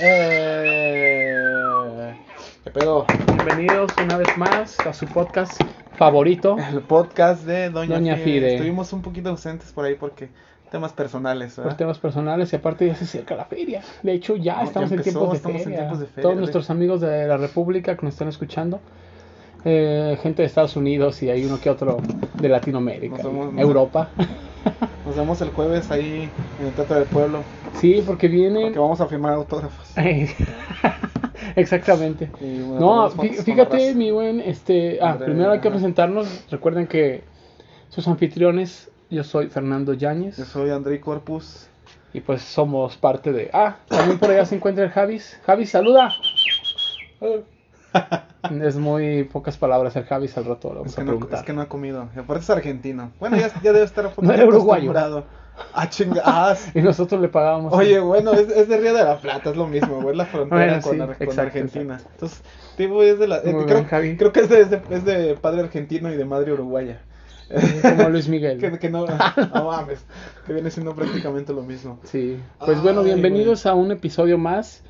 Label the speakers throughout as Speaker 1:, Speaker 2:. Speaker 1: Eh, eh,
Speaker 2: bienvenidos una vez más a su podcast favorito.
Speaker 1: El podcast de Doña,
Speaker 2: Doña
Speaker 1: Fide.
Speaker 2: Fide.
Speaker 1: Estuvimos un poquito ausentes por ahí porque temas personales,
Speaker 2: Por
Speaker 1: ¿verdad?
Speaker 2: temas personales y aparte ya se acerca la feria. De hecho, ya
Speaker 1: No, ya
Speaker 2: estamos, en,
Speaker 1: empezó,
Speaker 2: tiempos de
Speaker 1: estamos en
Speaker 2: feria.
Speaker 1: tiempos de feria,
Speaker 2: Todos
Speaker 1: de
Speaker 2: nuestros amigos de la República que nos están escuchando, eh, gente de Estados Unidos y hay uno que otro de Latinoamérica,
Speaker 1: Nos vemos-
Speaker 2: y Europa.
Speaker 1: Nos vemos el jueves ahí en el Teatro del Pueblo
Speaker 2: Sí, porque vienen.
Speaker 1: porque vamos a firmar autógrafos.
Speaker 2: Exactamente.
Speaker 1: Y, bueno,
Speaker 2: No,
Speaker 1: tomamos
Speaker 2: fí-
Speaker 1: fotos con la
Speaker 2: fíjate,
Speaker 1: raza.
Speaker 2: mi buen, este, ah,
Speaker 1: Hombre,
Speaker 2: primero hay que
Speaker 1: ajá.
Speaker 2: presentarnos. Recuerden que sus anfitriones, yo soy Fernando
Speaker 1: Yo
Speaker 2: Yáñez
Speaker 1: soy André Corpus.
Speaker 2: y pues somos parte de. Ah, también por allá se encuentra el Javis. Javis, saluda. Es muy pocas palabras el Javis al rato lo vamos
Speaker 1: Es que,
Speaker 2: a
Speaker 1: no,
Speaker 2: preguntar.
Speaker 1: es que no ha comido. Y aparte es argentino. Bueno, ya, ya debe estar un poquito
Speaker 2: No era uruguayo.
Speaker 1: acostumbrado. Ah, chinga. Ah, sí.
Speaker 2: Y nosotros le pagábamos.
Speaker 1: Oye, bueno, es, es de Río de la Plata, es lo mismo, güey, es la frontera
Speaker 2: Bueno,
Speaker 1: con,
Speaker 2: sí,
Speaker 1: Ar- con
Speaker 2: exacto,
Speaker 1: Argentina. Entonces, tipo, es de la. eh,
Speaker 2: Muy bien, Javi.
Speaker 1: creo, creo que es de, es de- es de padre argentino y de madre uruguaya.
Speaker 2: como Luis Miguel.
Speaker 1: Que, que no, no mames, que viene siendo prácticamente lo mismo.
Speaker 2: Sí, pues bueno,
Speaker 1: Ay,
Speaker 2: bienvenidos a un episodio más.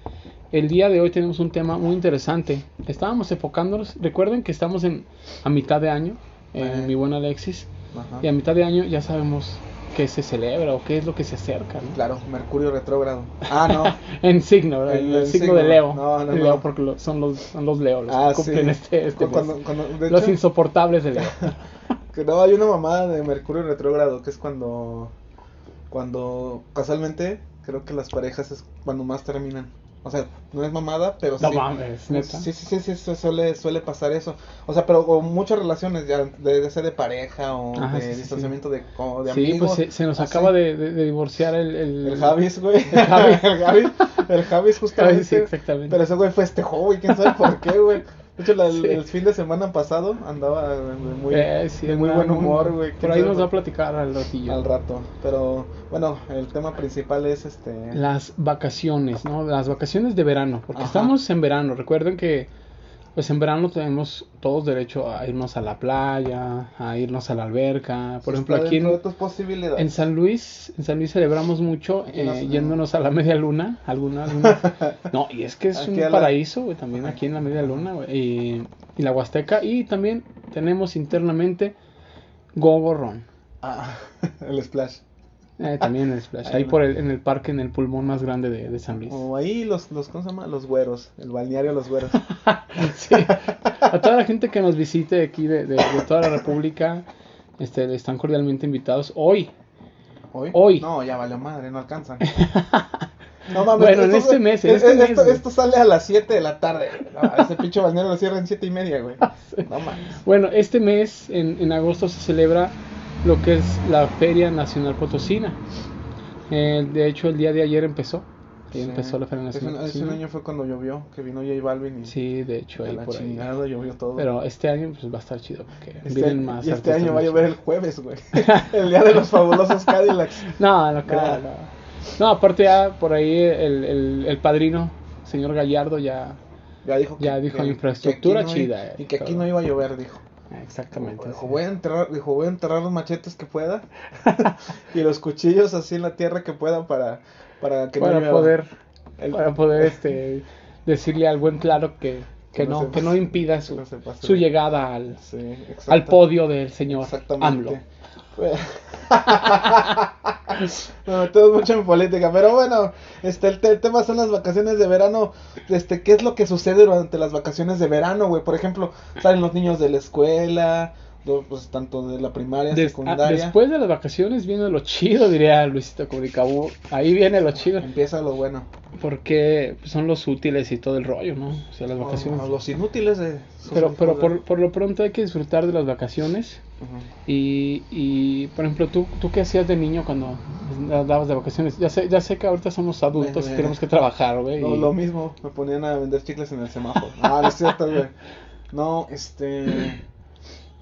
Speaker 2: El día de hoy tenemos un tema muy interesante. Estábamos enfocándonos, recuerden que estamos en a mitad de año, eh,
Speaker 1: Eh.
Speaker 2: mi buen Alexis,
Speaker 1: Ajá.
Speaker 2: y a mitad de año ya sabemos qué se celebra o qué es lo que se acerca, ¿no?
Speaker 1: Claro, Mercurio retrógrado. Ah, no.
Speaker 2: En signo, ¿verdad?
Speaker 1: En
Speaker 2: el,
Speaker 1: el
Speaker 2: signo,
Speaker 1: signo.
Speaker 2: de Leo.
Speaker 1: No, no,
Speaker 2: Leo
Speaker 1: no.
Speaker 2: porque lo- son los son los Leo los
Speaker 1: ah, sí.
Speaker 2: que cumplen este, este
Speaker 1: Cu-
Speaker 2: mes.
Speaker 1: cuando- cuando- de
Speaker 2: los
Speaker 1: hecho,
Speaker 2: insoportables de Leo.
Speaker 1: que no, hay una mamada de Mercurio retrógrado que es cuando. Cuando casualmente creo que las parejas es cuando más terminan. O sea, no es mamada, pero
Speaker 2: No
Speaker 1: sí.
Speaker 2: mames,
Speaker 1: Sí,
Speaker 2: neta.
Speaker 1: Pues sí, sí, sí, su- suele, suele pasar eso. O sea, pero o muchas relaciones, ya, de, de ser de pareja o
Speaker 2: Ajá,
Speaker 1: de
Speaker 2: sí, sí, sí.
Speaker 1: distanciamiento de, o de
Speaker 2: Sí,
Speaker 1: amigos.
Speaker 2: pues se, se nos
Speaker 1: así.
Speaker 2: acaba de, de- de divorciar el, el,
Speaker 1: El Javis, güey. El
Speaker 2: Javis.
Speaker 1: Javis. el Javis. justamente.
Speaker 2: Javis, sí, exactamente.
Speaker 1: Pero ese güey festejó, güey. Quién sabe por qué, güey. De hecho, la- el,
Speaker 2: Sí.
Speaker 1: el fin de semana pasado andaba de muy,
Speaker 2: Eh, sí,
Speaker 1: de muy
Speaker 2: anda
Speaker 1: buen humor, güey. quién
Speaker 2: Por ahí
Speaker 1: sabe
Speaker 2: nos va
Speaker 1: por-
Speaker 2: a platicar al ratillo.
Speaker 1: al rato. Pero bueno, el tema principal es este.
Speaker 2: Las vacaciones, ¿no? Las vacaciones de verano, porque
Speaker 1: Ajá.
Speaker 2: estamos en verano. Recuerden que, pues en verano tenemos todos derecho a irnos a la playa, a irnos a la alberca. Por ejemplo,
Speaker 1: Está
Speaker 2: aquí en,
Speaker 1: dentro de tus posibilidades.
Speaker 2: en San Luis, en San Luis celebramos mucho
Speaker 1: Aquí nos-
Speaker 2: eh, yéndonos a la media luna, alguna, alguna- No, y es que es
Speaker 1: Aquí
Speaker 2: un
Speaker 1: a la-
Speaker 2: paraíso, güey, también aquí en la media luna, güey, y, y la Huasteca. Y también tenemos internamente Gogorrón.
Speaker 1: Ah, el splash.
Speaker 2: Eh, también en el Splash.
Speaker 1: Ahí Oh.
Speaker 2: Ahí
Speaker 1: no.
Speaker 2: por el, en el parque, en el pulmón más grande de, de San Luis.
Speaker 1: O ahí los, los, ¿cómo se llama? Los güeros. El balneario Los Güeros.
Speaker 2: Sí. A toda la gente que nos visite aquí de, de- de toda la República, este, están cordialmente invitados hoy.
Speaker 1: ¿Hoy?
Speaker 2: Hoy.
Speaker 1: No, ya valió madre, no alcanzan. No mames,
Speaker 2: Bueno, en este mes, en
Speaker 1: es-
Speaker 2: este
Speaker 1: es-
Speaker 2: mes,
Speaker 1: esto,
Speaker 2: güey.
Speaker 1: esto sale a las 7 de la tarde. No, ese pinche balneario lo cierran 7 y media, güey.
Speaker 2: Ah,
Speaker 1: No mames.
Speaker 2: Bueno, este mes, en, en agosto, se celebra lo que es la Feria Nacional Potosina. Eh, de hecho, el día de ayer empezó. Ahí empezó la Feria
Speaker 1: Ese-
Speaker 2: Nacional
Speaker 1: Ese,
Speaker 2: Potosina.
Speaker 1: año fue cuando llovió, que vino J Balvin y
Speaker 2: Sí, de hecho,
Speaker 1: a
Speaker 2: ahí
Speaker 1: la
Speaker 2: por ahí.
Speaker 1: chingada llovió todo.
Speaker 2: Pero este año pues, va a estar chido porque
Speaker 1: este,
Speaker 2: vienen
Speaker 1: año-
Speaker 2: más.
Speaker 1: y este
Speaker 2: artistas
Speaker 1: año va a
Speaker 2: más
Speaker 1: llover el jueves, güey. El día de los fabulosos Cadillacs.
Speaker 2: No, no creo.
Speaker 1: Ah.
Speaker 2: No. No, aparte ya por ahí el, el, el padrino, señor Gallardo, ya...
Speaker 1: Ya dijo
Speaker 2: Ya dijo,
Speaker 1: aquí
Speaker 2: infraestructura
Speaker 1: no i-
Speaker 2: chida, eh,
Speaker 1: Y que aquí
Speaker 2: todo.
Speaker 1: no iba a llover, dijo.
Speaker 2: Exactamente.
Speaker 1: Dijo,
Speaker 2: sí.
Speaker 1: voy a enterrar, dijo, voy a enterrar los machetes que pueda y los cuchillos así en la tierra que pueda para, para que no
Speaker 2: Para
Speaker 1: llueva.
Speaker 2: poder,
Speaker 1: El-
Speaker 2: para poder este, decirle al buen claro que, que
Speaker 1: Que no
Speaker 2: no,
Speaker 1: se
Speaker 2: que no
Speaker 1: pase,
Speaker 2: impida
Speaker 1: que
Speaker 2: su,
Speaker 1: no se pase
Speaker 2: su
Speaker 1: de-
Speaker 2: llegada al,
Speaker 1: Sí, exacta-
Speaker 2: al podio del señor
Speaker 1: Exactamente.
Speaker 2: AMLO.
Speaker 1: No, todo mucho en política, pero bueno, este el, te- el tema son las vacaciones de verano, este qué es lo que sucede durante las vacaciones de verano, güey. Por ejemplo, salen los niños de la escuela, lo- pues tanto de la primaria,
Speaker 2: Des- ah,
Speaker 1: secundaria.
Speaker 2: después de las vacaciones viene lo chido, diría Luisito Comunicabú. Ahí viene lo chido.
Speaker 1: Empieza lo bueno.
Speaker 2: Porque pues, son los útiles y todo el rollo, ¿no? O sea, las vacaciones.
Speaker 1: O- o los inútiles de sus
Speaker 2: Pero,
Speaker 1: hijos,
Speaker 2: pero
Speaker 1: güey.
Speaker 2: por, por lo pronto hay que disfrutar de las vacaciones.
Speaker 1: Ujú.
Speaker 2: Y, y, por ejemplo, ¿tú, ¿tú qué hacías de niño cuando dabas de vacaciones? Ya sé, ya sé que ahorita somos adultos y
Speaker 1: Bueno, eh.
Speaker 2: tenemos que trabajar, güey.
Speaker 1: No,
Speaker 2: y-
Speaker 1: lo mismo, me ponían a vender chicles en el semáforo. Ah, no es cierto, güey. No, este.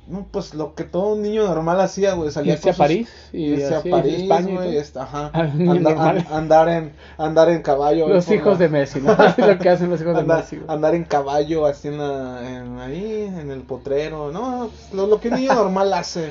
Speaker 1: No, pues lo que todo niño normal hacía, güey. Salía
Speaker 2: Irse a
Speaker 1: con sus-
Speaker 2: París y
Speaker 1: irse a
Speaker 2: así,
Speaker 1: París,
Speaker 2: España y
Speaker 1: güey,
Speaker 2: todo.
Speaker 1: este, ajá.
Speaker 2: Al niño
Speaker 1: Andar-
Speaker 2: normal.
Speaker 1: an- andar, en, andar en caballo.
Speaker 2: los
Speaker 1: ahí por
Speaker 2: hijos
Speaker 1: la-
Speaker 2: de Messi, ¿no? Es lo que hacen los hijos de
Speaker 1: andar,
Speaker 2: Messi. güey.
Speaker 1: andar en caballo, así en la, en, ahí, en el potrero. No, pues, lo, lo que un niño normal hace.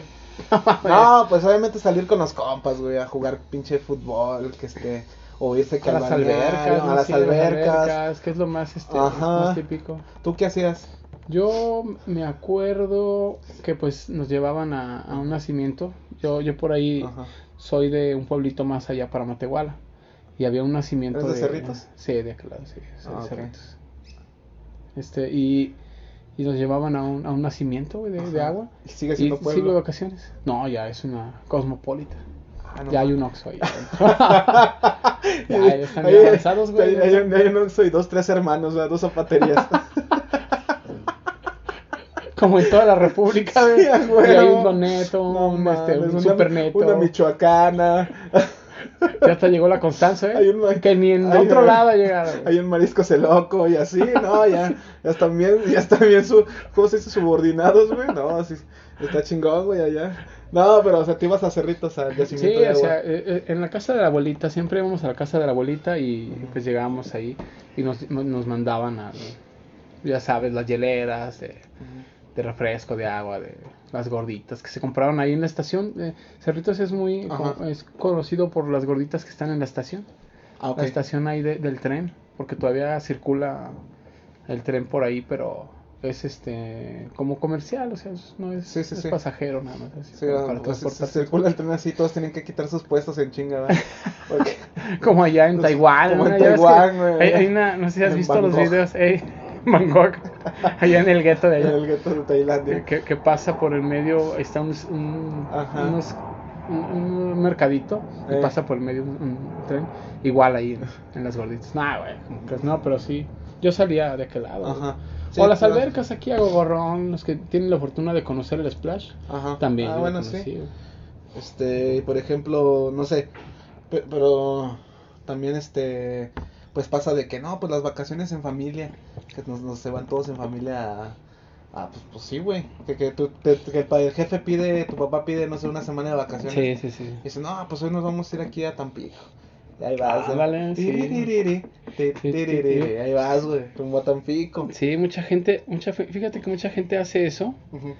Speaker 1: No, pues obviamente salir con los compas, güey, a jugar pinche fútbol, que este, o irse que
Speaker 2: A
Speaker 1: al
Speaker 2: las
Speaker 1: balneario,
Speaker 2: albercas,
Speaker 1: a
Speaker 2: ¿no?
Speaker 1: las
Speaker 2: Sí,
Speaker 1: albercas.
Speaker 2: que es lo más, este,
Speaker 1: Ajá.
Speaker 2: más típico.
Speaker 1: ¿Tú qué hacías?
Speaker 2: Yo me acuerdo que pues nos llevaban a, a un nacimiento. Yo, yo por ahí
Speaker 1: Ajá.
Speaker 2: soy de un pueblito más allá para Matehuala. Y había un nacimiento
Speaker 1: ¿Eres de Cerritos?
Speaker 2: Sí, de aquel lado, sí, soy de
Speaker 1: Ah, ok.
Speaker 2: Cerritos. Este, y, y nos llevaban a un, a un nacimiento güey, de, de
Speaker 1: Ajá.
Speaker 2: agua.
Speaker 1: Y sigue
Speaker 2: Y
Speaker 1: siendo
Speaker 2: sigo
Speaker 1: pueblo.
Speaker 2: de vacaciones. No, ya es una cosmopolita.
Speaker 1: Ah, no
Speaker 2: ya hay
Speaker 1: mames.
Speaker 2: un Oxxo ahí. ya están bien
Speaker 1: Hay-
Speaker 2: avanzados, güey.
Speaker 1: Hay, hay un- hay un- soy dos, tres hermanos, ¿verdad? dos zapaterías.
Speaker 2: Como en toda la República, güey.
Speaker 1: Sí, a
Speaker 2: Y
Speaker 1: huevo.
Speaker 2: hay un Doneto,
Speaker 1: No
Speaker 2: un,
Speaker 1: mames,
Speaker 2: este, un
Speaker 1: una-
Speaker 2: Superneto.
Speaker 1: Una michoacana.
Speaker 2: Ya hasta llegó la Constanza, ¿eh?
Speaker 1: Hay un-
Speaker 2: que ni en
Speaker 1: hay
Speaker 2: otro
Speaker 1: un-
Speaker 2: lado ha llegado. güey.
Speaker 1: Hay un marisco celoco y así, ¿no? Ya, ya están bien, ya están bien su, ¿cómo se dice? Subordinados, güey. No, sí, está chingón, güey, allá. No, pero, o sea, te ibas a Cerritos al
Speaker 2: Sí,
Speaker 1: yacimiento de
Speaker 2: o
Speaker 1: agua.
Speaker 2: sea, eh, eh, en la casa de la abuelita, siempre íbamos a la casa de la abuelita y pues llegábamos ahí y nos, nos mandaban a, ya sabes, las hieleras de, de refresco, de agua, de las gorditas que se compraron ahí en la estación. Eh, Cerritos es muy
Speaker 1: Ajá.
Speaker 2: co- es conocido por las gorditas que están en la estación,
Speaker 1: Ah, ok.
Speaker 2: la estación ahí de- del tren, porque todavía circula el tren por ahí, pero es este como comercial, o sea, es- no es,
Speaker 1: Sí, sí,
Speaker 2: es
Speaker 1: sí.
Speaker 2: pasajero nada más. así,
Speaker 1: Sí,
Speaker 2: como
Speaker 1: o sea,
Speaker 2: para
Speaker 1: se
Speaker 2: transportarse.
Speaker 1: circula el tren así, todos tienen que quitar sus puestos en chinga, ¿verdad? Porque
Speaker 2: Como allá en
Speaker 1: Pues,
Speaker 2: Taiwán.
Speaker 1: como
Speaker 2: ¿no?
Speaker 1: en
Speaker 2: Ya ves que
Speaker 1: Taiwán, güey.
Speaker 2: Hay, hay una, no sé si has
Speaker 1: En
Speaker 2: visto los
Speaker 1: Bangkok.
Speaker 2: videos, eh, Bangkok, allá en el gueto de
Speaker 1: en
Speaker 2: allá,
Speaker 1: el gueto de
Speaker 2: que-
Speaker 1: Tailandia.
Speaker 2: que, que pasa por el medio, está un, un-
Speaker 1: Ajá.
Speaker 2: unos- un- un mercadito y
Speaker 1: Eh.
Speaker 2: pasa por el medio un, un tren, igual ahí en, en las gorditas. Nah, güey, como que no, pero sí, yo salía de aquel lado.
Speaker 1: Ajá. Sí,
Speaker 2: o las
Speaker 1: claro.
Speaker 2: albercas aquí a Gogorrón, los que tienen la fortuna de conocer el Splash,
Speaker 1: Ajá.
Speaker 2: también.
Speaker 1: Ah,
Speaker 2: yo lo
Speaker 1: bueno,
Speaker 2: conocí,
Speaker 1: sí.
Speaker 2: güey.
Speaker 1: Este, por ejemplo, no sé, pe- pero también este, pues pasa de que no, pues las vacaciones en familia, que nos, nos se van todos en familia a, a, pues, pues sí, güey, que, que, tú- te- que el, pa- el jefe pide, tu papá pide, no sé, una semana de vacaciones.
Speaker 2: Sí, sí, sí.
Speaker 1: Y dice, no, pues hoy nos vamos a ir aquí a Tampico. Y ahí vas, güey.
Speaker 2: Ándale, Ah, sí.
Speaker 1: Tiririri, ti- tiririri, Ahí vas, güey, rumbo a Tampico.
Speaker 2: Sí, mucha gente, mucha, fe- fíjate que mucha gente hace eso.
Speaker 1: Ujú.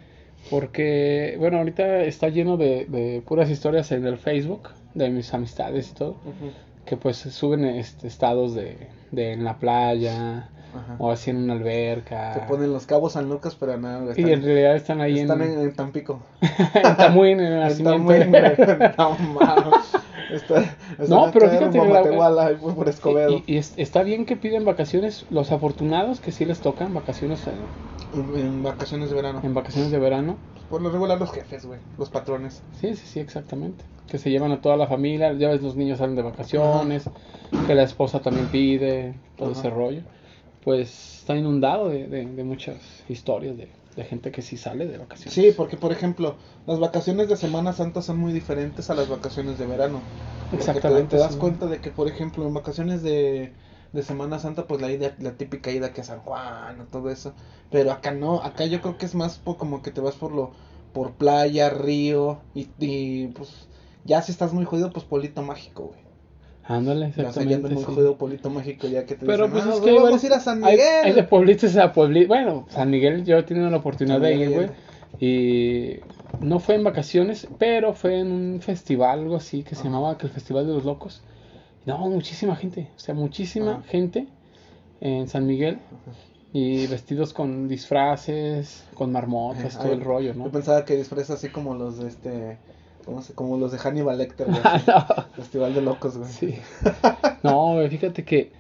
Speaker 2: Porque, bueno, ahorita está lleno de, de puras historias en el Facebook, de mis amistades y todo,
Speaker 1: Ujú.
Speaker 2: que pues suben este, estados de, de en la playa
Speaker 1: Ajá.
Speaker 2: o así en una alberca.
Speaker 1: Se ponen los cabos San Lucas, pero nada, güey.
Speaker 2: y en
Speaker 1: Están,
Speaker 2: realidad están ahí
Speaker 1: están
Speaker 2: en,
Speaker 1: en- en Tampico.
Speaker 2: en Tamuín, en el
Speaker 1: Está
Speaker 2: nacimiento.
Speaker 1: muy
Speaker 2: de-
Speaker 1: no mames. Está, está
Speaker 2: No, pero
Speaker 1: está en
Speaker 2: fíjate que la-
Speaker 1: Matehuala, ahí por Escobedo.
Speaker 2: Y, y es- está bien que piden vacaciones, los afortunados que sí les tocan vacaciones eh,
Speaker 1: en, en vacaciones de verano.
Speaker 2: en vacaciones de verano.
Speaker 1: Por lo regular los jefes, güey, los patrones.
Speaker 2: Sí, sí, sí, exactamente. Que se llevan a toda la familia, ya ves, los niños salen de vacaciones, que la esposa también pide, todo
Speaker 1: Ajá.
Speaker 2: ese rollo. Pues está inundado de, de- de muchas historias de, de gente que sí sale de vacaciones.
Speaker 1: Sí, porque por ejemplo, las vacaciones de Semana Santa son muy diferentes a las vacaciones de verano. Porque te-
Speaker 2: Exactamente,
Speaker 1: Te, das
Speaker 2: sí.
Speaker 1: cuenta de que, por ejemplo, en vacaciones de, de Semana Santa, pues la ida, la típica ida que a San Juan, o todo eso. Pero acá no, acá yo creo que es más por, como que te vas por lo, por playa, río, y, y pues ya si estás muy jodido, pues polito mágico, güey.
Speaker 2: Ándale,
Speaker 1: Ya sé, ya ando
Speaker 2: exactamente.
Speaker 1: muy
Speaker 2: sí.
Speaker 1: jodido Polito Mágico ya que te
Speaker 2: Pero
Speaker 1: dicen,
Speaker 2: pues
Speaker 1: "Ah,
Speaker 2: es
Speaker 1: güey,
Speaker 2: que hay
Speaker 1: vamos
Speaker 2: varios-
Speaker 1: a ir a San
Speaker 2: hay-
Speaker 1: Miguel.
Speaker 2: Hay, de pueblitos a pueblitos. Bueno, San Miguel, yo he tenido la oportunidad
Speaker 1: San
Speaker 2: de
Speaker 1: Miguel
Speaker 2: ir,
Speaker 1: ya
Speaker 2: güey. Y no fue en vacaciones, pero fue en un festival, algo así, que se
Speaker 1: Ajá.
Speaker 2: llamaba que el Festival de los Locos. No, muchísima gente, o sea, muchísima
Speaker 1: Ajá.
Speaker 2: gente en San Miguel. Y vestidos con disfraces, con marmotas,
Speaker 1: Ay,
Speaker 2: pues, todo el rollo, ¿no?
Speaker 1: Yo pensaba que disfraza así como los de este, ¿cómo se- como los de Hannibal Lecter, güey. Festival de locos, güey.
Speaker 2: Ah, Sí. No, güey, fíjate que,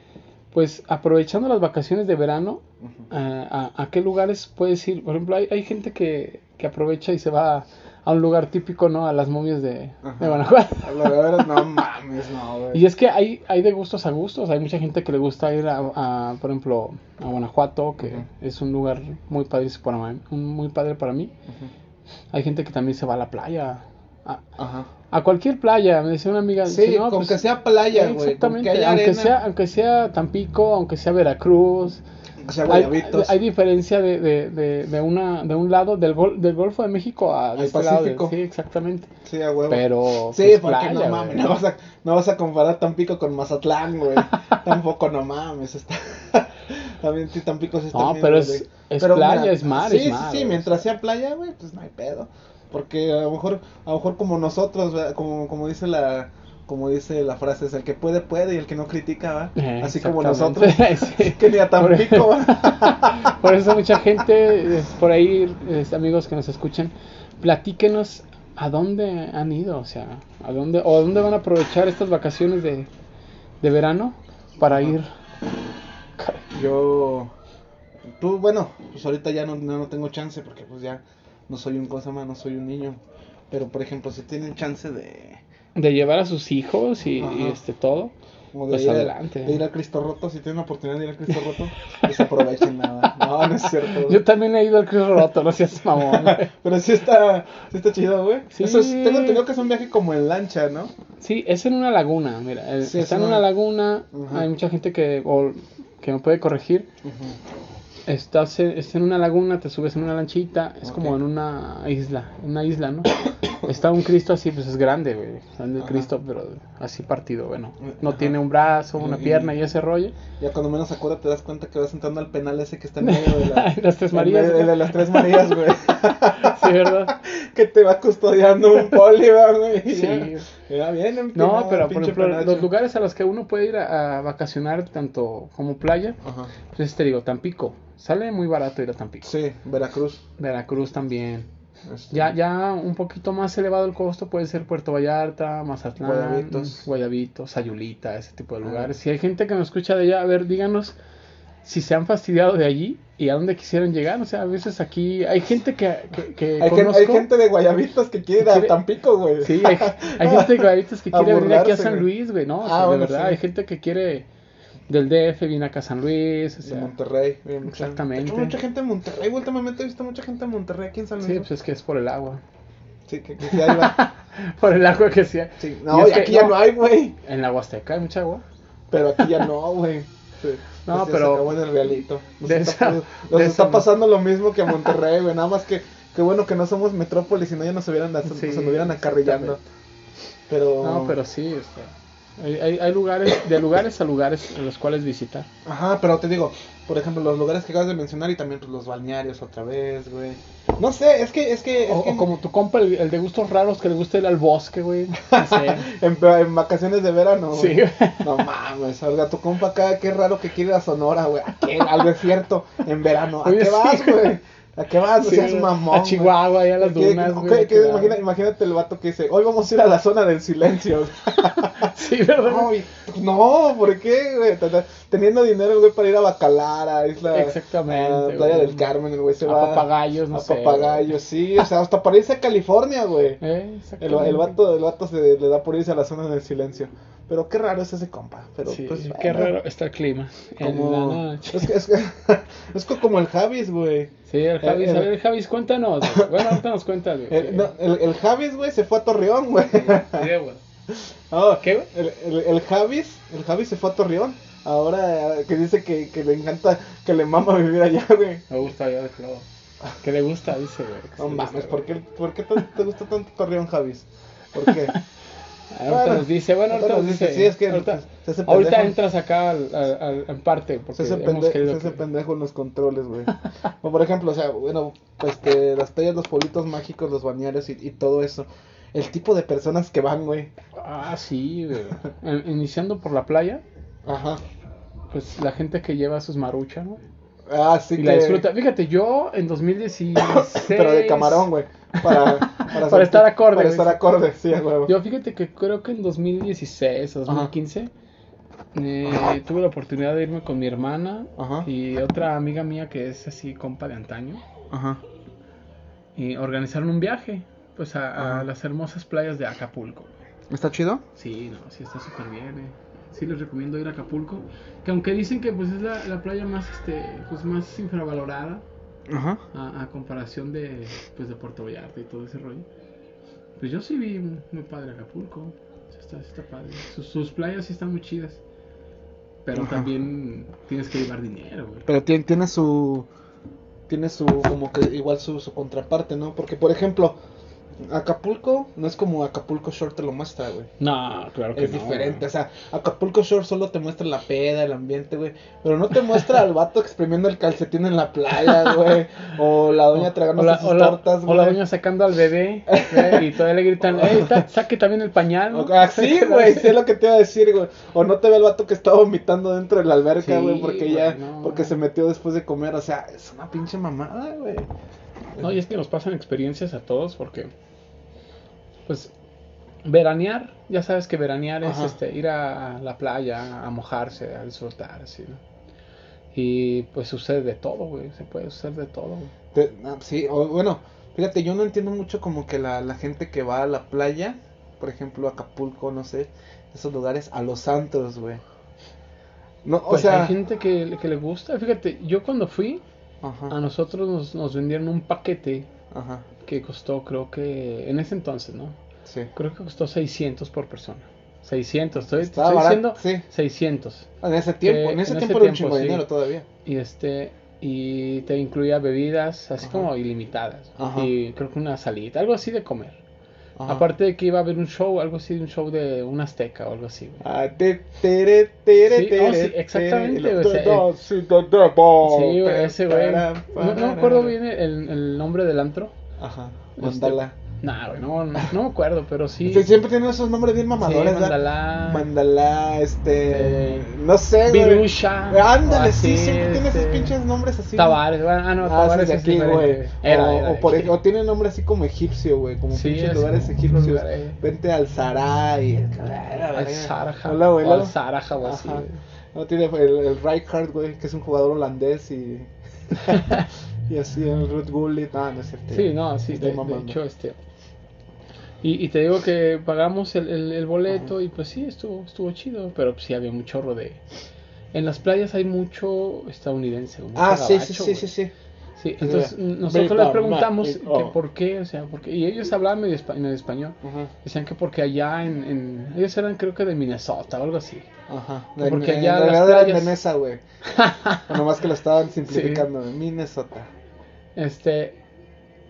Speaker 2: pues aprovechando las vacaciones de verano,
Speaker 1: Ujú.
Speaker 2: ¿A, a- a qué lugares puedes ir? Por ejemplo, hay, hay gente que, que aprovecha y se va a, a un lugar típico, ¿no? A las momias de,
Speaker 1: Ajá.
Speaker 2: de Guanajuato.
Speaker 1: A la verdad, no mames, no, güey.
Speaker 2: Y es que hay, hay de gustos a gustos. Hay mucha gente que le gusta ir a, a, por ejemplo, a Guanajuato, que
Speaker 1: Ujú.
Speaker 2: es un lugar muy padre para mí. un- Muy padre para mí.
Speaker 1: Ujú.
Speaker 2: Hay gente que también se va a la playa. A,
Speaker 1: Ajá.
Speaker 2: a cualquier playa, me decía una amiga.
Speaker 1: Sí,
Speaker 2: dice, "No,
Speaker 1: con
Speaker 2: pues,
Speaker 1: que sea playa, güey.
Speaker 2: Exactamente,
Speaker 1: Con que haya
Speaker 2: aunque,
Speaker 1: arena.
Speaker 2: sea, aunque sea Tampico, aunque sea Veracruz,
Speaker 1: aunque sea
Speaker 2: hay,
Speaker 1: guayabitos.
Speaker 2: hay diferencia de, de, de, de una, de un lado del, gol- del Golfo de México a
Speaker 1: Al
Speaker 2: de este lado de-
Speaker 1: Pacífico.
Speaker 2: sí, exactamente.
Speaker 1: Sí, a huevo.
Speaker 2: Pero.
Speaker 1: Sí,
Speaker 2: pues,
Speaker 1: porque
Speaker 2: playa,
Speaker 1: no mames,
Speaker 2: güey.
Speaker 1: no vas, a, no vas a comparar Tampico con Mazatlán, güey. Tampoco no mames, está... también sí, Tampico sí está
Speaker 2: No,
Speaker 1: bien
Speaker 2: pero
Speaker 1: verde.
Speaker 2: es- es playa, es mar,
Speaker 1: sí,
Speaker 2: es mar,
Speaker 1: Sí, sí,
Speaker 2: güey.
Speaker 1: mientras sea playa, güey, pues no hay pedo. Porque a lo mejor, a lo mejor como nosotros, ¿verdad? como, como dice la, como dice la frase, es el que puede, puede y el que no critica, ¿va?
Speaker 2: Eh,
Speaker 1: Así como nosotros,
Speaker 2: exactamente. Sí.
Speaker 1: que ni a tan pico,
Speaker 2: Por eso mucha gente, es, por ahí, es, amigos que nos escuchan, platíquenos a dónde han ido, o sea, a dónde, o a dónde van a aprovechar estas vacaciones de, de verano para ir.
Speaker 1: Yo, tú, bueno, pues ahorita ya no, no, no tengo chance porque pues ya no soy un cosa más, no soy un niño. Pero por ejemplo, si tienen chance de,
Speaker 2: De llevar a sus hijos y, y
Speaker 1: Ajá.
Speaker 2: este todo.
Speaker 1: como de,
Speaker 2: Pues
Speaker 1: ir, a-
Speaker 2: adelante.
Speaker 1: de ir al Cristo Roto, si tienen la oportunidad de ir al Cristo Roto, desaprovechen nada. No, no es cierto.
Speaker 2: Yo también he ido al Cruz Roto, no seas mamón. güey.
Speaker 1: Pero sí está, sí está chido, güey.
Speaker 2: Sí.
Speaker 1: Eso es, tengo entendido que es un viaje como en lancha, ¿no?
Speaker 2: Sí, es en una laguna, mira, el-
Speaker 1: Sí, es
Speaker 2: está en
Speaker 1: una-
Speaker 2: una laguna,
Speaker 1: Ajá.
Speaker 2: hay mucha gente que, o- que me puede corregir, Estás en, es en una laguna, te subes en una lanchita, es como
Speaker 1: Ok.
Speaker 2: en una isla, en una isla, ¿no? Está un Cristo así, pues es grande, güey. Grande el
Speaker 1: Ajá.
Speaker 2: Cristo, pero así partido, bueno. No
Speaker 1: Ajá.
Speaker 2: tiene un brazo, una
Speaker 1: Y-
Speaker 2: pierna y ese rollo.
Speaker 1: Ya cuando menos acuerdas te das cuenta que vas entrando al penal ese que está en medio de la-
Speaker 2: Las Tres
Speaker 1: en
Speaker 2: Marías,
Speaker 1: medio
Speaker 2: güey.
Speaker 1: de las tres Marías, güey.
Speaker 2: Sí, ¿verdad?
Speaker 1: que te va custodiando un poli, ¿verdad, güey.
Speaker 2: Sí.
Speaker 1: Ya, ya bien empinado,
Speaker 2: No, pero por
Speaker 1: pinche
Speaker 2: ejemplo,
Speaker 1: penacho.
Speaker 2: los lugares a los que uno puede ir a, a vacacionar, tanto como playa,
Speaker 1: Ajá.
Speaker 2: pues te digo, Tampico. Sale muy barato ir a Tampico.
Speaker 1: Sí, Veracruz.
Speaker 2: Veracruz también.
Speaker 1: Este,
Speaker 2: Ya, ya un poquito más elevado el costo puede ser Puerto Vallarta, Mazatlán,
Speaker 1: Guayabitos.
Speaker 2: Guayabitos, Sayulita, ese tipo de
Speaker 1: Ah.
Speaker 2: lugares. Si hay gente que nos escucha de allá, a ver, díganos si se han fastidiado de allí y a dónde quisieran llegar. O sea, a veces aquí hay gente que, que, que
Speaker 1: Hay, gen-
Speaker 2: eh, conozco.
Speaker 1: hay gente de Guayabitos que quiere ir a
Speaker 2: Quiere-
Speaker 1: Tampico, güey.
Speaker 2: Sí, hay, hay gente de Guayabitos que
Speaker 1: A
Speaker 2: quiere venir aquí a
Speaker 1: burlarse,
Speaker 2: San
Speaker 1: güey.
Speaker 2: Luis, güey, ¿no? O
Speaker 1: Ah,
Speaker 2: sea, de
Speaker 1: bueno,
Speaker 2: verdad,
Speaker 1: sí.
Speaker 2: hay gente que quiere del DF, viene acá a San Luis, o
Speaker 1: De
Speaker 2: sea,
Speaker 1: Monterrey. bien, mucha-
Speaker 2: Exactamente.
Speaker 1: de hecho, mucha gente de Monterrey. güey, Últimamente he visto mucha gente de Monterrey aquí en San Luis.
Speaker 2: Sí, pues es que es por el agua.
Speaker 1: Sí, que, que sí hay la-
Speaker 2: Por el agua que sea.
Speaker 1: sí.
Speaker 2: Y
Speaker 1: No,
Speaker 2: es
Speaker 1: y
Speaker 2: que-
Speaker 1: aquí ya no hay, güey.
Speaker 2: En la Huasteca hay mucha agua.
Speaker 1: Pero aquí ya no, güey. Sí,
Speaker 2: No,
Speaker 1: pues ya
Speaker 2: pero-
Speaker 1: Se acabó en el realito. Nos
Speaker 2: De
Speaker 1: está,
Speaker 2: esa-
Speaker 1: nos
Speaker 2: de
Speaker 1: está
Speaker 2: esa-
Speaker 1: pasando lo mismo que a Monterrey, güey. Nada más que, qué bueno que no somos metrópolis, si no ya nos hubieran,
Speaker 2: Sí,
Speaker 1: se nos hubieran acarrillando. Pero.
Speaker 2: No, pero sí, este, hay, hay- hay lugares, de lugares a lugares en los cuales visitar.
Speaker 1: Ajá, pero te digo, por ejemplo, los lugares que acabas de mencionar y también pues, los balnearios otra vez, güey. No sé, es que, es que, es
Speaker 2: O,
Speaker 1: que
Speaker 2: o como tu compa, el, el de gustos raros, que le gusta ir al bosque, güey. No sé.
Speaker 1: en, en vacaciones de verano,
Speaker 2: Sí,
Speaker 1: güey.
Speaker 2: güey.
Speaker 1: No mames, salga tu compa acá, qué raro que quiere ir a Sonora, güey. ¿A qué? Al desierto, en verano. ¿A
Speaker 2: Oye,
Speaker 1: qué
Speaker 2: sí,
Speaker 1: vas, güey? Ah, ¿A qué vas? No
Speaker 2: Sí,
Speaker 1: seas mamón.
Speaker 2: a Chihuahua, y a las
Speaker 1: güey.
Speaker 2: dunas,
Speaker 1: ¿Qué-
Speaker 2: güey.
Speaker 1: qué- qué-
Speaker 2: claro.
Speaker 1: imagina- imagínate el vato que dice, hoy vamos a ir a la zona del silencio.
Speaker 2: Sí, ¿verdad?
Speaker 1: No, y- no, ¿por qué, güey? T- t- Teniendo dinero, el güey, para ir a Bacalara, a Isla...
Speaker 2: Exactamente,
Speaker 1: a Playa
Speaker 2: güey.
Speaker 1: del Carmen, el güey se
Speaker 2: A
Speaker 1: va...
Speaker 2: papagayos, no
Speaker 1: a
Speaker 2: sé,
Speaker 1: papagayos, sí. O sea, hasta para irse a California, güey.
Speaker 2: Eh,
Speaker 1: El, va- el
Speaker 2: exactamente.
Speaker 1: vato, el vato se le da por irse a la zona del silencio. Pero qué raro es ese compa. Pero,
Speaker 2: Sí,
Speaker 1: pues,
Speaker 2: qué
Speaker 1: bueno,
Speaker 2: raro está el clima. En
Speaker 1: como-
Speaker 2: la noche.
Speaker 1: Es, que- es, que- es que como el Javis, güey.
Speaker 2: Sí, el Javis,
Speaker 1: el-
Speaker 2: a ver, Javis, cuéntanos. güey. Bueno, ahorita nos cuentas, güey.
Speaker 1: El, no, el- el Javis, güey, se fue a Torreón, güey.
Speaker 2: Sí, güey.
Speaker 1: Oh,
Speaker 2: ¿Qué, güey?
Speaker 1: El, el, el Javis, el Javis se fue a Torreón. Ahora eh, que dice que, que le encanta, que le mama vivir allá, güey.
Speaker 2: Me gusta, yo de clavo. Que le gusta, dice, güey. que
Speaker 1: No
Speaker 2: sí le gusta,
Speaker 1: mames,
Speaker 2: güey.
Speaker 1: ¿por qué, ¿por qué te, te gusta tanto Torreón, Javis? ¿Por qué?
Speaker 2: Ah, Ahorita
Speaker 1: Bueno,
Speaker 2: nos dice, bueno, ahorita nos dice.
Speaker 1: sí, es que
Speaker 2: ahorita,
Speaker 1: se hace
Speaker 2: ahorita
Speaker 1: pendejo.
Speaker 2: entras acá al, al- al- en parte,
Speaker 1: Se
Speaker 2: porque
Speaker 1: hace,
Speaker 2: hemos
Speaker 1: pende-
Speaker 2: querido
Speaker 1: se hace
Speaker 2: que-
Speaker 1: pendejo en los controles, güey. O por ejemplo, o sea, bueno, este, las playas, los pueblitos mágicos, los balnearios y, y todo eso. El tipo de personas que van, güey.
Speaker 2: Ah, sí, güey. En- Iniciando por la playa,
Speaker 1: Ajá.
Speaker 2: pues la gente que lleva sus maruchas, ¿no?
Speaker 1: Ah, sí
Speaker 2: y
Speaker 1: que...
Speaker 2: la disfruta. Fíjate, yo en 2016...
Speaker 1: Pero de camarón, güey. Para,
Speaker 2: Para estar acorde,
Speaker 1: Para
Speaker 2: güey.
Speaker 1: estar acorde, sí, a huevo.
Speaker 2: Yo fíjate que creo que en 2016 o
Speaker 1: Ajá.
Speaker 2: 2015 eh, tuve la oportunidad de irme con mi hermana
Speaker 1: Ajá.
Speaker 2: y otra amiga mía que es así compa de antaño.
Speaker 1: Ajá.
Speaker 2: y organizaron un viaje pues a, a
Speaker 1: Ajá.
Speaker 2: las hermosas playas de Acapulco. güey.
Speaker 1: ¿Está chido?
Speaker 2: Sí, no, sí está súper bien. eh. Sí les recomiendo ir a Acapulco, que aunque dicen que pues es la, la playa más este pues más infravalorada
Speaker 1: Ajá.
Speaker 2: a, a comparación de pues de Puerto Vallarta y todo ese rollo. Pues yo sí vi muy padre Acapulco. Sí Está, sí está padre. Sus, sus playas sí están muy chidas. Pero
Speaker 1: Ajá.
Speaker 2: también tienes que llevar dinero, güey.
Speaker 1: Pero tiene, tiene su. Tiene su. Como que igual su, su contraparte, ¿no? Porque, por ejemplo, Acapulco no es como Acapulco Short te lo muestra, güey.
Speaker 2: No, claro que
Speaker 1: Es
Speaker 2: no.
Speaker 1: diferente,
Speaker 2: güey.
Speaker 1: o sea, Acapulco Shore solo te muestra la peda, el ambiente, güey. Pero no te muestra al vato exprimiendo el calcetín en la playa, güey. O la doña
Speaker 2: O
Speaker 1: tragándose
Speaker 2: la,
Speaker 1: sus
Speaker 2: o, la,
Speaker 1: tortas,
Speaker 2: o
Speaker 1: güey.
Speaker 2: la doña sacando al bebé ¿eh? y todavía le gritan, "Ey, ta- saque también el pañal. ¿no?"
Speaker 1: O- Así, ah, güey, sé lo que te iba a decir, güey. O no te ve el vato que está vomitando dentro de la alberca,
Speaker 2: Sí,
Speaker 1: güey, porque
Speaker 2: güey,
Speaker 1: ya,
Speaker 2: no.
Speaker 1: porque se metió después de comer. O sea, es una pinche mamada, güey.
Speaker 2: No, y es que nos pasan experiencias a todos porque, pues, veranear, ya sabes que veranear
Speaker 1: Ajá.
Speaker 2: es este, ir a la playa, a mojarse, a disfrutar, así, ¿no? Y pues sucede de todo, güey, se puede suceder de todo, güey.
Speaker 1: Te- ah, sí, o, bueno, fíjate, yo no entiendo mucho como que la, la gente que va a la playa, por ejemplo, Acapulco, no sé, esos lugares, a los santos, güey. No, o
Speaker 2: Pues
Speaker 1: sea,
Speaker 2: hay gente que, que le gusta, fíjate, yo cuando fui, a Ah,
Speaker 1: ajá,
Speaker 2: nosotros nos, nos vendieron un paquete
Speaker 1: ajá,
Speaker 2: que costó, creo que, en ese entonces, ¿no?
Speaker 1: sí.
Speaker 2: Creo que costó 600 por persona. 600, estoy,
Speaker 1: Estaba
Speaker 2: estoy
Speaker 1: barato,
Speaker 2: diciendo
Speaker 1: sí.
Speaker 2: 600.
Speaker 1: Ah, En ese tiempo,
Speaker 2: Eh,
Speaker 1: en ese
Speaker 2: en ese
Speaker 1: tiempo era un
Speaker 2: tiempo,
Speaker 1: chingo de
Speaker 2: sí.
Speaker 1: dinero todavía.
Speaker 2: Y este y te incluía bebidas así
Speaker 1: Ajá.
Speaker 2: como ilimitadas
Speaker 1: Ajá.
Speaker 2: y creo que una salita, algo así de comer.
Speaker 1: Ajá.
Speaker 2: Aparte de que iba a haber un show, algo así de un show de un azteca o algo así. güey.
Speaker 1: Ah, te, tere, tere,
Speaker 2: Sí, oh,
Speaker 1: tere,
Speaker 2: sí, exactamente,
Speaker 1: tere,
Speaker 2: o
Speaker 1: lo-
Speaker 2: sea,
Speaker 1: do-
Speaker 2: el-
Speaker 1: si, do- do- bo,
Speaker 2: sí, güey,
Speaker 1: pe-
Speaker 2: ese güey.
Speaker 1: Oh, para,
Speaker 2: No, no me
Speaker 1: para.
Speaker 2: acuerdo bien el, el nombre del antro.
Speaker 1: Ajá,
Speaker 2: Este-
Speaker 1: mandala.
Speaker 2: Nah, güey, no, no, no me acuerdo, pero sí.
Speaker 1: Sí, Este siempre tienen esos nombres bien mamadores,
Speaker 2: Sí,
Speaker 1: ¿verdad?
Speaker 2: Mandalá.
Speaker 1: Mandala, este.
Speaker 2: Eh,
Speaker 1: no sé, güey.
Speaker 2: Virusha.
Speaker 1: Ándale, sí,
Speaker 2: Así,
Speaker 1: siempre tiene esos
Speaker 2: este,
Speaker 1: pinches nombres así.
Speaker 2: Tavares, bueno, ah, no,
Speaker 1: Ah,
Speaker 2: Tavares
Speaker 1: sí, de
Speaker 2: es
Speaker 1: aquí,
Speaker 2: diferente.
Speaker 1: güey.
Speaker 2: Era,
Speaker 1: o,
Speaker 2: era
Speaker 1: o
Speaker 2: de
Speaker 1: por
Speaker 2: aquí.
Speaker 1: ej- o tiene nombre así como egipcio, güey, como
Speaker 2: Sí,
Speaker 1: pinches
Speaker 2: es
Speaker 1: lugares
Speaker 2: como
Speaker 1: egipcios.
Speaker 2: lugares.
Speaker 1: Vente al Sarai.
Speaker 2: Al Zaraja.
Speaker 1: Hola, güey.
Speaker 2: o al
Speaker 1: luego.
Speaker 2: Zaraja o así.
Speaker 1: Ajá.
Speaker 2: güey.
Speaker 1: No tiene el, el Rijkaard, güey, que es un jugador holandés y. y así el Ruth Gullit. No, no es cierto.
Speaker 2: Sí, no, sí,
Speaker 1: Eh, Estoy
Speaker 2: de, de
Speaker 1: mamando.
Speaker 2: hecho, este. Y, y te digo que pagamos el, el- el boleto y pues sí, estuvo, estuvo chido, pero pues, sí había un chorro de... En las playas hay mucho estadounidense, mucho
Speaker 1: Ah, sí, sí,
Speaker 2: gabacho,
Speaker 1: sí,
Speaker 2: güey.
Speaker 1: sí, sí.
Speaker 2: Sí, entonces
Speaker 1: Mira,
Speaker 2: nosotros
Speaker 1: Big
Speaker 2: les
Speaker 1: Bang,
Speaker 2: preguntamos
Speaker 1: Big
Speaker 2: que
Speaker 1: Bang.
Speaker 2: por qué, o sea, porque, y ellos hablaban medio espa- en el español.
Speaker 1: Ajá.
Speaker 2: Decían que porque allá en, en- Ellos eran creo que de Minnesota o algo así.
Speaker 1: Ajá.
Speaker 2: Que porque
Speaker 1: en,
Speaker 2: allá
Speaker 1: en
Speaker 2: las
Speaker 1: realidad eran
Speaker 2: playas-
Speaker 1: de Mesa, güey. Nomás que lo estaban simplificando. en Minnesota.
Speaker 2: Este,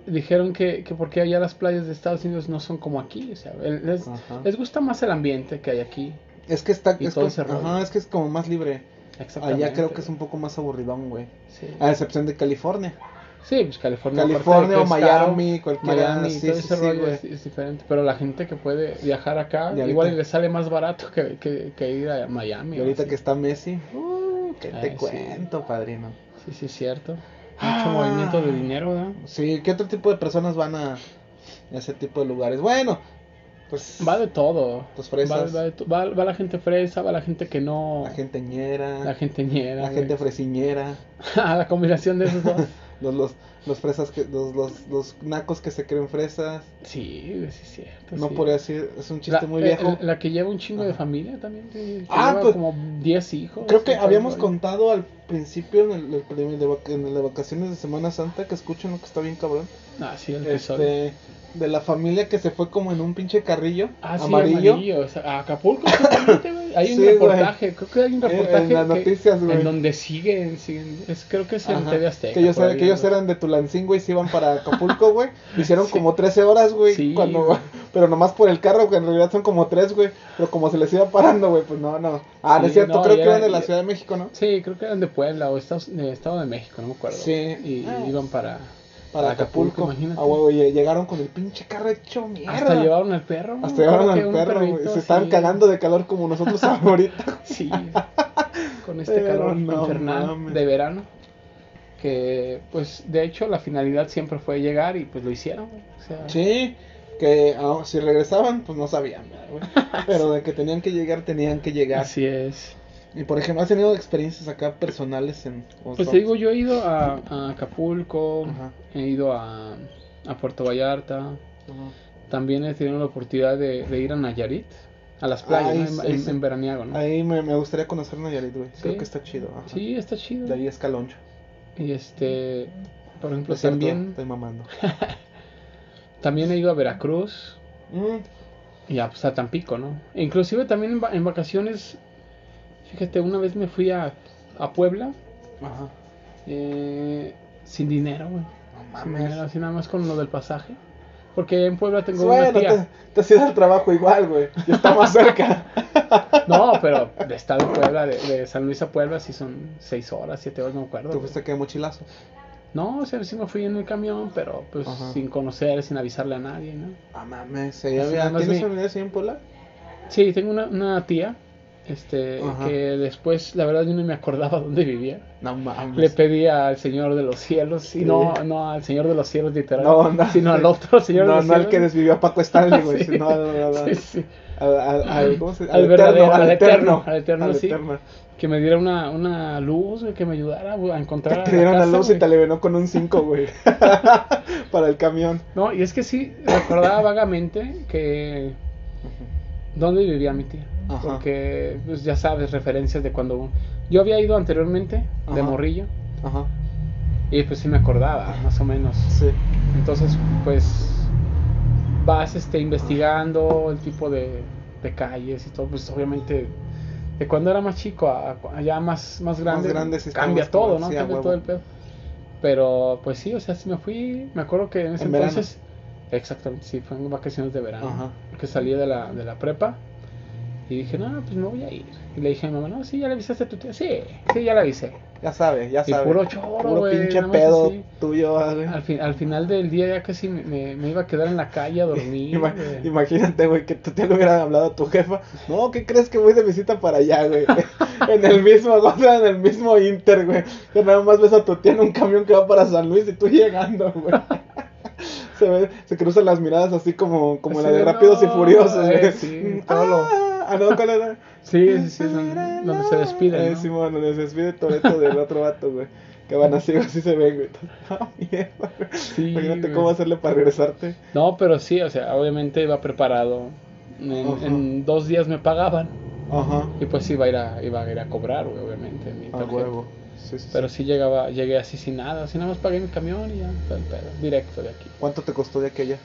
Speaker 2: dijeron que, que porque allá las playas de Estados Unidos no son como aquí, o sea, el- les,
Speaker 1: Ajá.
Speaker 2: les gusta más el ambiente que hay aquí.
Speaker 1: Es que está.
Speaker 2: Y
Speaker 1: Es
Speaker 2: todo
Speaker 1: que,
Speaker 2: ese rollo.
Speaker 1: ajá, es que es como más libre.
Speaker 2: Exactamente.
Speaker 1: Allá creo que es un poco más aburridón, güey.
Speaker 2: Sí,
Speaker 1: A excepción de California.
Speaker 2: Sí, pues California.
Speaker 1: California
Speaker 2: aparte de que
Speaker 1: o
Speaker 2: es caro,
Speaker 1: Miami, cualquiera,
Speaker 2: Miami,
Speaker 1: sí,
Speaker 2: todo
Speaker 1: sí,
Speaker 2: ese
Speaker 1: sí,
Speaker 2: rollo
Speaker 1: güey.
Speaker 2: es, es diferente. Pero la gente que puede viajar acá,
Speaker 1: Y ahorita-
Speaker 2: igual y le sale más barato que, que, que ir a Miami.
Speaker 1: Y
Speaker 2: o
Speaker 1: ahorita
Speaker 2: así.
Speaker 1: que está Messi. Uh, ¿Qué
Speaker 2: Ah,
Speaker 1: te
Speaker 2: sí.
Speaker 1: cuento, padrino?
Speaker 2: Sí, sí, es cierto. Mucho
Speaker 1: Ah.
Speaker 2: movimiento de dinero, ¿verdad?
Speaker 1: Sí, ¿qué otro tipo de personas van a ese tipo de lugares? Bueno, pues
Speaker 2: Va de todo.
Speaker 1: Los Pues fresas.
Speaker 2: Va, va de to- va- va la gente fresa, va la gente que no.
Speaker 1: la gente ñera,
Speaker 2: La gente ñera.
Speaker 1: la
Speaker 2: güey.
Speaker 1: gente fresiñera,
Speaker 2: Ah, la combinación de esos dos.
Speaker 1: los, los, los fresas que, los, los, los nacos que se creen fresas.
Speaker 2: Sí, güey, sí, es cierto.
Speaker 1: No
Speaker 2: Pues sí.
Speaker 1: podría decir, es un
Speaker 2: La-
Speaker 1: chiste muy
Speaker 2: eh,
Speaker 1: viejo.
Speaker 2: La que lleva un chingo de
Speaker 1: Ajá.
Speaker 2: familia también. sí, que
Speaker 1: Ah,
Speaker 2: lleva
Speaker 1: pues,
Speaker 2: como 10 hijos.
Speaker 1: Creo que
Speaker 2: sí, todo
Speaker 1: habíamos
Speaker 2: el rollo.
Speaker 1: contado al principio en el, el primer de vac- en el de vacaciones de Semana Santa que escuchen lo que está bien cabrón.
Speaker 2: Ah, sí, el episodio.
Speaker 1: Este, de la familia que se fue como en un pinche carrillo
Speaker 2: Ah, sí, amarillo.
Speaker 1: amarillo.
Speaker 2: o sea, a Acapulco, justamente, güey. Hay un
Speaker 1: Sí, güey.
Speaker 2: reportaje, creo que hay un
Speaker 1: En- en
Speaker 2: reportaje.
Speaker 1: las
Speaker 2: que-
Speaker 1: noticias, güey.
Speaker 2: En donde siguen, siguen. Es, creo que es en
Speaker 1: Ajá,
Speaker 2: TV Azteca.
Speaker 1: que ellos,
Speaker 2: por
Speaker 1: eran,
Speaker 2: ahí,
Speaker 1: que ellos
Speaker 2: güey.
Speaker 1: eran de Tulancingo y se iban para Acapulco, güey. Hicieron como 13 horas, güey.
Speaker 2: Sí,
Speaker 1: cuando,
Speaker 2: güey.
Speaker 1: pero nomás por el carro, que en realidad son como 3, güey. Pero como se les iba parando, güey, pues no, no. Ah, no es
Speaker 2: Sí,
Speaker 1: cierto,
Speaker 2: no,
Speaker 1: creo
Speaker 2: ya-
Speaker 1: que eran de la
Speaker 2: ya-
Speaker 1: Ciudad de México, ¿no?
Speaker 2: Sí, creo que eran de Puebla o Estados, de Estado de México, no me acuerdo.
Speaker 1: Sí.
Speaker 2: Y
Speaker 1: Ah.
Speaker 2: iban para,
Speaker 1: Para Acapulco.
Speaker 2: imagínate.
Speaker 1: Ah, güey, y llegaron con el pinche carro hecho mierda.
Speaker 2: Hasta llevaron al perro.
Speaker 1: Hasta
Speaker 2: me
Speaker 1: llevaron
Speaker 2: acuerdo que
Speaker 1: al
Speaker 2: un
Speaker 1: perro, güey.
Speaker 2: perrito
Speaker 1: Se estaban
Speaker 2: así.
Speaker 1: cagando de calor como nosotros ahorita.
Speaker 2: Sí, con este
Speaker 1: Pero
Speaker 2: calor
Speaker 1: no
Speaker 2: infernal
Speaker 1: mames.
Speaker 2: de verano. Que, pues, de hecho, la finalidad siempre fue llegar y pues lo hicieron. güey. O sea,
Speaker 1: Sí, que ah, si regresaban, pues no sabían, ¿verdad, güey. Pero de que tenían que llegar, tenían que llegar.
Speaker 2: así es.
Speaker 1: Y por ejemplo, ¿has tenido experiencias acá personales en... o
Speaker 2: Pues
Speaker 1: son-
Speaker 2: te digo, yo he ido a, a Acapulco,
Speaker 1: Ajá.
Speaker 2: he ido a, a Puerto Vallarta.
Speaker 1: Ajá.
Speaker 2: También he tenido la oportunidad de, de ir a Nayarit, a las playas,
Speaker 1: Ay,
Speaker 2: ¿no?
Speaker 1: sí,
Speaker 2: en, en-
Speaker 1: sí.
Speaker 2: en veraniego, ¿no?
Speaker 1: Ah, Ahí me, me gustaría conocer Nayarit, güey. Creo
Speaker 2: Sí.
Speaker 1: que está chido. Ajá.
Speaker 2: Sí, está chido.
Speaker 1: De ahí es Caloncho.
Speaker 2: Y este, por ejemplo,
Speaker 1: Es cierto,
Speaker 2: también,
Speaker 1: Estoy mamando.
Speaker 2: también he ido a Veracruz
Speaker 1: Mm,
Speaker 2: y a, pues, a Tampico, ¿no? E inclusive también en, va- en vacaciones, fíjate, una vez me fui a, a Puebla
Speaker 1: Ajá.
Speaker 2: eh, sin dinero, güey.
Speaker 1: No
Speaker 2: Sin
Speaker 1: mames. Pues
Speaker 2: dinero, así nada más con lo del pasaje. Porque en Puebla tengo
Speaker 1: bueno,
Speaker 2: una tía.
Speaker 1: te, te has ido al trabajo igual, güey. Y está más cerca.
Speaker 2: No, pero de estado de Puebla, de, de San Luis a Puebla, sí son 6 horas, 7 horas, no me acuerdo.
Speaker 1: ¿Tú fuiste que mochilazo?
Speaker 2: No, o sea, sí me fui en el camión, pero pues
Speaker 1: Ajá.
Speaker 2: sin conocer, sin avisarle a nadie, ¿no?
Speaker 1: Ah, mames. se ya
Speaker 2: Sí,
Speaker 1: había-
Speaker 2: Pues no es
Speaker 1: ¿Tienes
Speaker 2: mi-
Speaker 1: familia así en Puebla?
Speaker 2: Sí, tengo una, una tía, este,
Speaker 1: Ajá.
Speaker 2: que después, la verdad, yo no me acordaba dónde vivía.
Speaker 1: No
Speaker 2: Le
Speaker 1: mames.
Speaker 2: pedí al Señor de los Cielos, y no,
Speaker 1: Pues Sí.
Speaker 2: no al Señor de los Cielos literal,
Speaker 1: No, no.
Speaker 2: sino al otro Señor de
Speaker 1: no,
Speaker 2: los
Speaker 1: no al que
Speaker 2: Cielos.
Speaker 1: desvivió a Paco Stanley, güey.
Speaker 2: Sí.
Speaker 1: No, no, no. no.
Speaker 2: Sí, sí.
Speaker 1: Al, al, al, ¿cómo se
Speaker 2: Al verdadero, al eterno,
Speaker 1: Al
Speaker 2: al eterno, sí. Que me diera una, una luz, güey, que me ayudara güey, a encontrar
Speaker 1: Te
Speaker 2: a
Speaker 1: dieron la
Speaker 2: casa,
Speaker 1: luz y
Speaker 2: güey.
Speaker 1: te alivenó con un 5, güey. Para el camión.
Speaker 2: No, y es que sí, recordaba vagamente que... ¿Dónde vivía mi tía?
Speaker 1: Ajá.
Speaker 2: Porque, pues ya sabes, referencias de cuando... Yo había ido anteriormente, de
Speaker 1: Ajá.
Speaker 2: morrillo,
Speaker 1: Ajá.
Speaker 2: y pues sí me acordaba, más o menos.
Speaker 1: Sí.
Speaker 2: Entonces, pues vas este, investigando el tipo de, de calles y todo, pues obviamente de cuando era más chico a, a ya más, más grande,
Speaker 1: grande sí está
Speaker 2: cambia
Speaker 1: más
Speaker 2: todo,
Speaker 1: cabrón,
Speaker 2: ¿no?
Speaker 1: sí, a
Speaker 2: cambia
Speaker 1: huevo.
Speaker 2: todo el pedo. Pero pues sí, o sea, sí me fui, me acuerdo que en ese
Speaker 1: En verano.
Speaker 2: entonces, exactamente, sí, fueron vacaciones de verano,
Speaker 1: Ajá.
Speaker 2: que salí de la, de la prepa y dije, no, pues me voy a ir. Y le dije a mi mamá, no, sí, ya le avisaste a tu tía, sí, sí, ya le avisé.
Speaker 1: Ya sabe, ya
Speaker 2: Y
Speaker 1: sabe.
Speaker 2: puro choro,
Speaker 1: Puro
Speaker 2: güey,
Speaker 1: pinche
Speaker 2: nada más
Speaker 1: pedo
Speaker 2: así.
Speaker 1: tuyo, ah, güey.
Speaker 2: Al, fin- al final del día ya casi me, me- me iba a quedar en la calle a dormir.
Speaker 1: Ima-
Speaker 2: güey.
Speaker 1: Imagínate, güey, que tú te lo hubieran hablado a tu jefa. No, ¿qué crees que voy de visita para allá, güey? en el mismo, o sea, en el mismo Inter, güey. Que nada más ves a tu tía en un camión que va para San Luis y tú llegando, güey. se, ve- se cruzan las miradas así como, como
Speaker 2: Así
Speaker 1: la de
Speaker 2: de,
Speaker 1: Rápidos y
Speaker 2: "No,
Speaker 1: Furiosos,
Speaker 2: eh,
Speaker 1: güey.
Speaker 2: sí,
Speaker 1: Mm,
Speaker 2: todo lo-
Speaker 1: ah, ah, no, ¿cuál era?
Speaker 2: Sí, sí, sí, es donde, donde se despide.
Speaker 1: Eh, Simón, donde se despide Toreto del otro vato, güey. Que van así, así se ven, güey. Ah, mierda, güey.
Speaker 2: Sí,
Speaker 1: Imagínate
Speaker 2: güey.
Speaker 1: cómo hacerle para regresarte.
Speaker 2: No, pero sí, o sea, obviamente iba preparado. En,
Speaker 1: Ajá.
Speaker 2: en dos días me pagaban.
Speaker 1: Ajá.
Speaker 2: Y pues iba a ir a, iba a, ir a cobrar, güey, obviamente. mi
Speaker 1: A
Speaker 2: tarjeta.
Speaker 1: Ah, huevo. Sí, sí, sí.
Speaker 2: Pero sí llegaba, llegué así sin nada. Así nada más pagué mi camión y ya, todo el pedo, directo de aquí.
Speaker 1: ¿Cuánto te costó de aquella?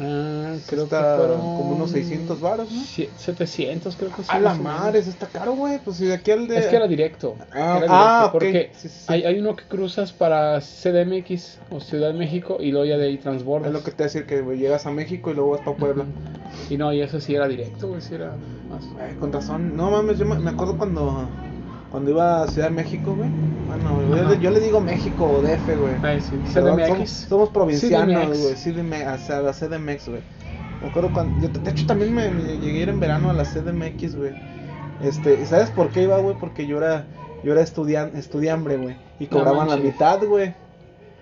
Speaker 2: Ah,
Speaker 1: Sí
Speaker 2: creo
Speaker 1: está
Speaker 2: que fueron.
Speaker 1: como unos 600 varos, ¿no?
Speaker 2: Sie- 700, creo que sí.
Speaker 1: A la
Speaker 2: más o menos.
Speaker 1: madre, eso está caro, güey. Pues si de aquí al de.
Speaker 2: Es que era directo.
Speaker 1: Ah,
Speaker 2: era
Speaker 1: ah, ok.
Speaker 2: Porque
Speaker 1: Sí, sí, sí.
Speaker 2: Hay, hay uno que cruzas para CDMX o Ciudad de México y luego ya de ahí transbordas.
Speaker 1: Es lo que te decía que güey, llegas a México y luego vas para Puebla.
Speaker 2: Y no, y eso sí era directo, güey, sí era más.
Speaker 1: Güey, con razón. No mames, yo me me acuerdo cuando. Cuando iba a Ciudad de México, güey. Bueno, güey, yo
Speaker 2: Ajá.
Speaker 1: le, yo le digo México o DF, güey.
Speaker 2: Ah, sí,
Speaker 1: Perdón,
Speaker 2: CDMX.
Speaker 1: Somos, somos provincianos,
Speaker 2: CDMX.
Speaker 1: güey. CDMX, o sea, la CDMX, güey. Me acuerdo cuando. Yo, de hecho, también me, me llegué a ir en verano a la CDMX, güey. Este, ¿y ¿sabes por qué iba, güey? Porque yo era, yo era estudian, estudiambre, güey. Y
Speaker 2: No
Speaker 1: cobraban la
Speaker 2: manches.
Speaker 1: mitad, güey.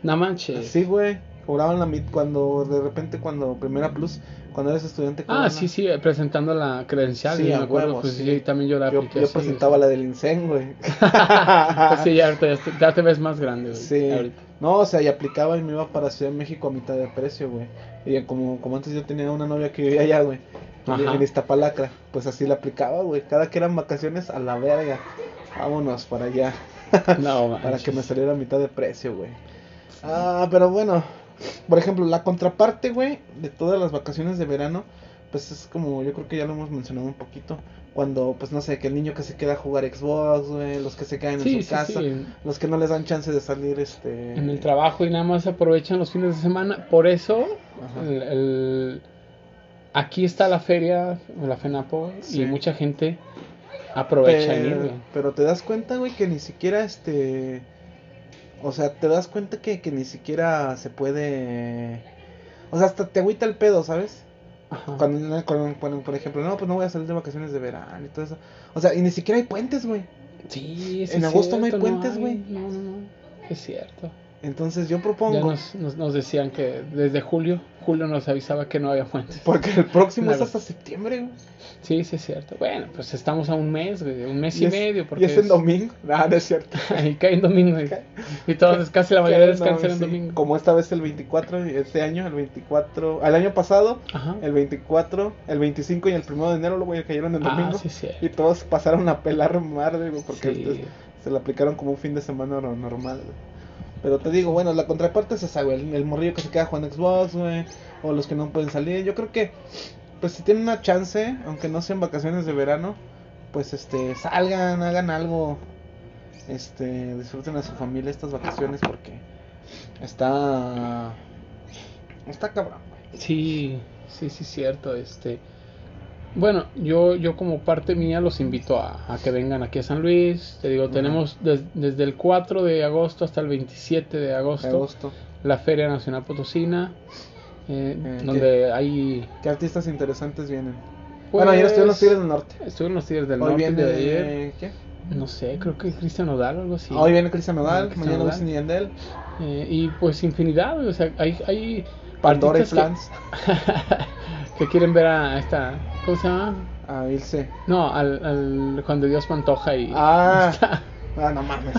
Speaker 2: No manches.
Speaker 1: Sí, güey. Cobraban la mitad cuando, de repente, cuando Primera Plus, cuando eres estudiante.
Speaker 2: Ah,
Speaker 1: cobraban
Speaker 2: sí,
Speaker 1: la-
Speaker 2: sí, eh, presentando la credencial,
Speaker 1: Sí,
Speaker 2: yo
Speaker 1: a
Speaker 2: me acuerdo,
Speaker 1: huevo,
Speaker 2: pues
Speaker 1: sí.
Speaker 2: sí, también yo la
Speaker 1: Yo,
Speaker 2: apliqué
Speaker 1: yo
Speaker 2: así,
Speaker 1: presentaba
Speaker 2: o
Speaker 1: la del INSEN, güey.
Speaker 2: sea. Sí, ya, ahorita ya, te- ya te ves más grande, güey.
Speaker 1: Sí.
Speaker 2: ahorita.
Speaker 1: No, o sea, y aplicaba y me iba para Ciudad de México a mitad de precio, güey. Y como, como antes yo tenía una novia que vivía allá, güey.
Speaker 2: Ajá.
Speaker 1: En Iztapalacra. Pues así la aplicaba, güey. Cada que eran vacaciones, a la verga. Vámonos para allá.
Speaker 2: No, manches.
Speaker 1: Para que me saliera a mitad de precio, güey. Ah, pero bueno. Por ejemplo, la contraparte, güey, de todas las vacaciones de verano, pues es como, yo creo que ya lo hemos mencionado un poquito. Cuando, pues no sé, que el niño que se queda a jugar Xbox, güey, los que se quedan
Speaker 2: Sí,
Speaker 1: en su
Speaker 2: sí,
Speaker 1: casa,
Speaker 2: sí.
Speaker 1: los que no les dan chance de salir, este...
Speaker 2: en el trabajo y nada más aprovechan los fines de semana. Por eso,
Speaker 1: Ajá.
Speaker 2: el- el- aquí está la feria, la FENAPO,
Speaker 1: Sí.
Speaker 2: y mucha gente aprovecha en ir,
Speaker 1: pero,
Speaker 2: güey.
Speaker 1: pero te das cuenta, güey, que ni siquiera este. O sea, te das cuenta que, que ni siquiera se puede. O sea, hasta te agüita el pedo, ¿sabes?
Speaker 2: Ajá.
Speaker 1: Cuando, cuando- cuando, por ejemplo, no, pues no voy a salir de vacaciones de verano y todo eso. O sea, y ni siquiera hay puentes, güey.
Speaker 2: Sí, sí,
Speaker 1: en
Speaker 2: es
Speaker 1: agosto no hay
Speaker 2: cierto,
Speaker 1: puentes, güey.
Speaker 2: No, no, no, es cierto.
Speaker 1: Entonces yo
Speaker 2: Ya
Speaker 1: propongo.
Speaker 2: nos, nos, nos decían que desde julio, julio nos avisaba que no había puentes.
Speaker 1: Porque el próximo es
Speaker 2: Claro.
Speaker 1: hasta septiembre, güey.
Speaker 2: Sí, sí, es cierto. Bueno, pues estamos a un mes, güey, un mes y,
Speaker 1: es-
Speaker 2: medio.
Speaker 1: Y
Speaker 2: Porque
Speaker 1: es en domingo. Ah, no es cierto.
Speaker 2: y cae en domingo. y- Y todos, casi la mayoría
Speaker 1: Claro, no,
Speaker 2: descansan en
Speaker 1: sí.
Speaker 2: domingo.
Speaker 1: Como esta vez el 24, este año, el 24. Al año pasado,
Speaker 2: Ajá.
Speaker 1: el 24, el 25 y el 1 de enero, luego ya cayeron en
Speaker 2: Ah,
Speaker 1: domingo.
Speaker 2: sí, es cierto.
Speaker 1: Y todos pasaron a pelar madre, güey, porque
Speaker 2: Sí.
Speaker 1: este- se la aplicaron como un fin de semana no- normal, güey. Pero te digo, bueno, la contraparte es esa, güey. El, el morrillo que se queda jugando Xbox, güey. O los que no pueden salir. Yo creo que, pues si tienen una chance, aunque no sean vacaciones de verano, pues este, salgan, hagan algo. Este, disfruten a su familia estas vacaciones porque está. Está cabrón, güey.
Speaker 2: Sí, sí, sí, cierto. Este, bueno, yo, yo como parte mía los invito a, a que vengan aquí a San Luis. Te digo, tenemos des- desde el 4 de agosto hasta el 27 de agosto,
Speaker 1: Agosto.
Speaker 2: la Feria Nacional Potosina, eh,
Speaker 1: Eh,
Speaker 2: donde hay...
Speaker 1: ¿Qué artistas interesantes vienen? Bueno, ayer estuvieron los
Speaker 2: pues,
Speaker 1: Tigres del Norte.
Speaker 2: Estuvieron los Tigres del
Speaker 1: Hoy
Speaker 2: Norte
Speaker 1: viene.
Speaker 2: de ayer.
Speaker 1: ¿Qué?
Speaker 2: No sé, creo que Cristian Odal o algo así.
Speaker 1: Hoy viene Cristian Nodal,
Speaker 2: Cristian
Speaker 1: mañana
Speaker 2: Nodal.
Speaker 1: Wisin y Yandel,
Speaker 2: Eh, y pues infinidad, güey, o sea, hay, hay
Speaker 1: Pandora y
Speaker 2: artistas que-
Speaker 1: Flans,
Speaker 2: que quieren ver a esta. ¿Cómo se llama?
Speaker 1: a Ah, Ilse.
Speaker 2: No, al, al Juan de Dios Pantoja y.
Speaker 1: Ah, ah, no mames.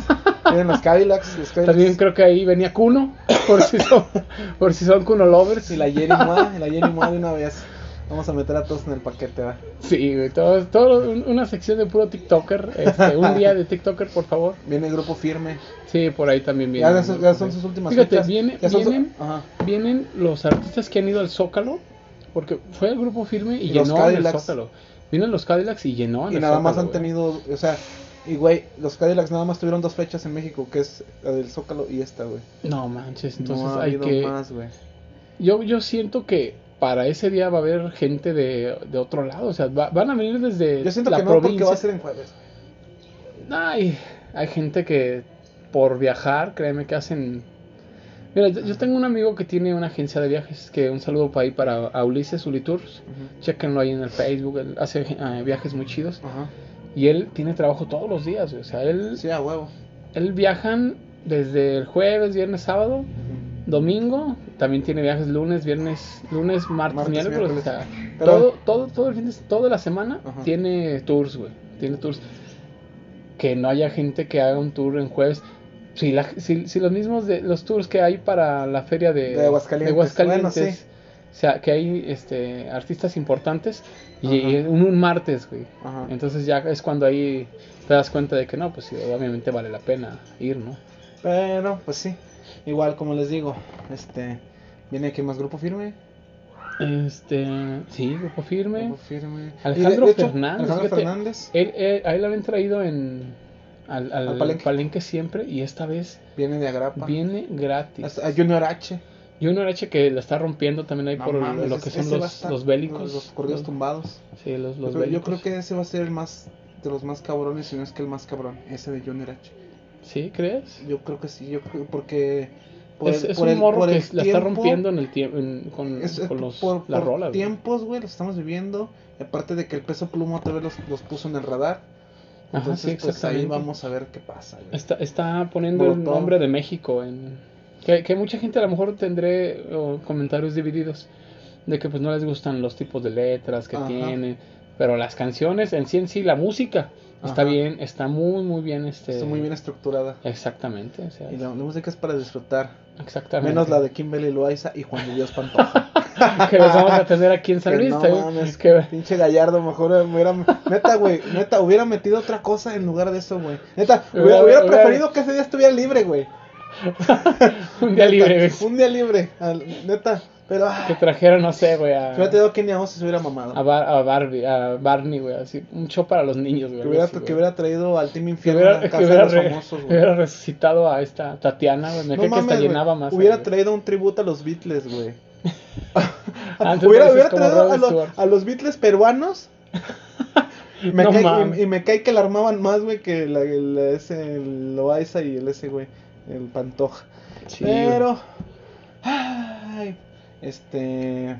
Speaker 1: Vienen los Cadillacs, los Cadillacs.
Speaker 2: También creo que ahí venía Cuno, por si son, por si son Cuno Lovers.
Speaker 1: Y la Jenny Moa, y la Jenny Moa de una vez. Vamos a meter a todos en el paquete, va.
Speaker 2: Sí, güey, todo, todo un- una sección de puro TikToker. este, un día de TikToker, por favor.
Speaker 1: Viene el grupo firme.
Speaker 2: Sí, por ahí también
Speaker 1: Ya,
Speaker 2: vienen.
Speaker 1: son- ya son sus últimas
Speaker 2: Fíjate,
Speaker 1: fechas.
Speaker 2: viene-
Speaker 1: Ya son su-
Speaker 2: vienen-
Speaker 1: Ajá.
Speaker 2: Vienen los artistas que han ido al Zócalo, porque fue el grupo firme y,
Speaker 1: Y los
Speaker 2: llenó el
Speaker 1: Cadillacs.
Speaker 2: Zócalo. Vienen los Cadillacs y llenó en
Speaker 1: Y
Speaker 2: el
Speaker 1: nada más
Speaker 2: Zócalo,
Speaker 1: han
Speaker 2: Ah, güey.
Speaker 1: tenido, o sea, y güey, los Cadillacs nada más tuvieron dos fechas en México, que es la del Zócalo y esta, güey.
Speaker 2: No manches, entonces
Speaker 1: No ha
Speaker 2: hay
Speaker 1: habido
Speaker 2: que.
Speaker 1: más, güey.
Speaker 2: Yo, yo siento que para ese día va a haber gente de, de otro lado, o sea, va- van a venir desde
Speaker 1: Yo siento
Speaker 2: la
Speaker 1: que no, porque
Speaker 2: provincia.
Speaker 1: va a ser en jueves.
Speaker 2: Ay, hay gente que por viajar, créeme que hacen... Mira, yo, yo tengo un amigo que tiene una agencia de viajes, que un saludo para ahí para a Ulises Ulitours, chéquenlo ahí en el Facebook, él hace eh, viajes muy chidos,
Speaker 1: Ajá.
Speaker 2: y él tiene trabajo todos los días, o sea, él,
Speaker 1: Sí, a huevo.
Speaker 2: él viajan desde el jueves, viernes, sábado, domingo, también tiene viajes lunes, viernes, lunes, martes,
Speaker 1: Martes,
Speaker 2: miércoles,
Speaker 1: miércoles.
Speaker 2: o sea,
Speaker 1: Pero-
Speaker 2: todo, todo, todo el fin de, toda la semana
Speaker 1: Ajá.
Speaker 2: tiene tours, güey, tiene tours. Que no haya gente que haga un tour en jueves. Si, la- si, si los mismos de los tours que hay para la feria de,
Speaker 1: De Aguascalientes,
Speaker 2: Aguascalientes,
Speaker 1: bueno, sí.
Speaker 2: o sea, que hay este artistas importantes y,
Speaker 1: Ajá.
Speaker 2: y un, un martes, güey.
Speaker 1: Ajá.
Speaker 2: Entonces ya es cuando ahí te das cuenta de que no, pues sí, obviamente vale la pena ir, ¿no?
Speaker 1: Pero, pues sí. Igual, como les digo, este. Viene aquí más grupo firme.
Speaker 2: Este, sí, grupo firme.
Speaker 1: Grupo firme.
Speaker 2: Alejandro
Speaker 1: Y de- de hecho,
Speaker 2: Fernández,
Speaker 1: Alejandro
Speaker 2: fíjate.
Speaker 1: Fernández.
Speaker 2: Él, él- a él lo habían traído en, al, al
Speaker 1: Al
Speaker 2: palenque.
Speaker 1: Palenque.
Speaker 2: siempre y esta vez
Speaker 1: Viene de Agrapa.
Speaker 2: viene gratis.
Speaker 1: Hasta- a Junior H.
Speaker 2: Junior H que la está rompiendo también ahí
Speaker 1: No
Speaker 2: por
Speaker 1: mames,
Speaker 2: lo que
Speaker 1: ese
Speaker 2: son
Speaker 1: va a
Speaker 2: los,
Speaker 1: estar-
Speaker 2: los bélicos.
Speaker 1: Los, corridos
Speaker 2: Los-
Speaker 1: tumbados.
Speaker 2: Sí, los, los
Speaker 1: yo, creo, yo
Speaker 2: bélicos.
Speaker 1: creo que ese va a ser el más. De los más cabrones, si no es que el más cabrón. Ese de Junior H.
Speaker 2: ¿Sí crees?
Speaker 1: Yo creo que sí, yo creo porque.
Speaker 2: es
Speaker 1: el-
Speaker 2: es un morro
Speaker 1: por
Speaker 2: que
Speaker 1: el
Speaker 2: la está
Speaker 1: tiempo-
Speaker 2: rompiendo en el tiempo en- con,
Speaker 1: es- es
Speaker 2: con los,
Speaker 1: por,
Speaker 2: las
Speaker 1: por
Speaker 2: rolas. güey.
Speaker 1: tiempos, güey, los estamos viviendo. y Aparte de que el peso pluma otra vez los, los puso en el radar.
Speaker 2: Ajá,
Speaker 1: Entonces,
Speaker 2: sí,
Speaker 1: pues ahí
Speaker 2: exactamente. Este,
Speaker 1: vamos a ver qué pasa. güey.
Speaker 2: Está, está poniendo el
Speaker 1: Molotov.
Speaker 2: nombre de México en... Que, que mucha gente a lo mejor tendré o, comentarios divididos de que pues no les gustan los tipos de letras que
Speaker 1: Ajá.
Speaker 2: tienen, pero las canciones en sí en sí, la música está
Speaker 1: Ajá.
Speaker 2: bien, está muy muy bien este...
Speaker 1: Está muy bien estructurada.
Speaker 2: Exactamente, o sea,
Speaker 1: Y la, la música es para disfrutar.
Speaker 2: exactamente.
Speaker 1: Menos la de Kimberly Loaiza y Juan de Dios Pantoja.
Speaker 2: Que los vamos a tener aquí en San
Speaker 1: Que
Speaker 2: Luis,
Speaker 1: no
Speaker 2: te-
Speaker 1: mames,
Speaker 2: que-
Speaker 1: Pinche Gallardo, mejor hubiera. Neta, güey, neta, hubiera metido otra cosa en lugar de eso, güey. Neta,
Speaker 2: Hubiera-
Speaker 1: hubiera, hubiera
Speaker 2: hubiera-
Speaker 1: preferido que ese día estuviera libre, güey.
Speaker 2: un día libre, güey,
Speaker 1: Un día libre, al- neta. Pero, ah,
Speaker 2: que trajeron, no sé, güey, a,
Speaker 1: si hubiera tenido Kenny Amos, se hubiera
Speaker 2: a
Speaker 1: mamado.
Speaker 2: Bar- a Barbie, a Barney, güey, así, un show para los niños, güey.
Speaker 1: Que
Speaker 2: algo
Speaker 1: hubiera,
Speaker 2: así, güey.
Speaker 1: que hubiera traído al Team
Speaker 2: Que
Speaker 1: Infierno a
Speaker 2: hubiera,
Speaker 1: la
Speaker 2: que
Speaker 1: casa de
Speaker 2: hubiera
Speaker 1: los
Speaker 2: re-
Speaker 1: famosos, güey.
Speaker 2: hubiera resucitado a esta Tatiana, güey.
Speaker 1: No
Speaker 2: Me creo que
Speaker 1: mames,
Speaker 2: hasta
Speaker 1: güey.
Speaker 2: llenaba más.
Speaker 1: Hubiera
Speaker 2: güey.
Speaker 1: traído un tributo a los Beatles, güey.
Speaker 2: Antes
Speaker 1: hubiera
Speaker 2: pareces
Speaker 1: hubiera
Speaker 2: como
Speaker 1: traído
Speaker 2: Rod
Speaker 1: a
Speaker 2: Stewart.
Speaker 1: los, a los Beatles peruanos. Me
Speaker 2: No
Speaker 1: cae- y-
Speaker 2: mames.
Speaker 1: y, me cae que la armaban más, güey, que la, el, ese, el Loaiza y el ese, güey, el Pantoja.
Speaker 2: Sí, güey.
Speaker 1: pero, ay, este,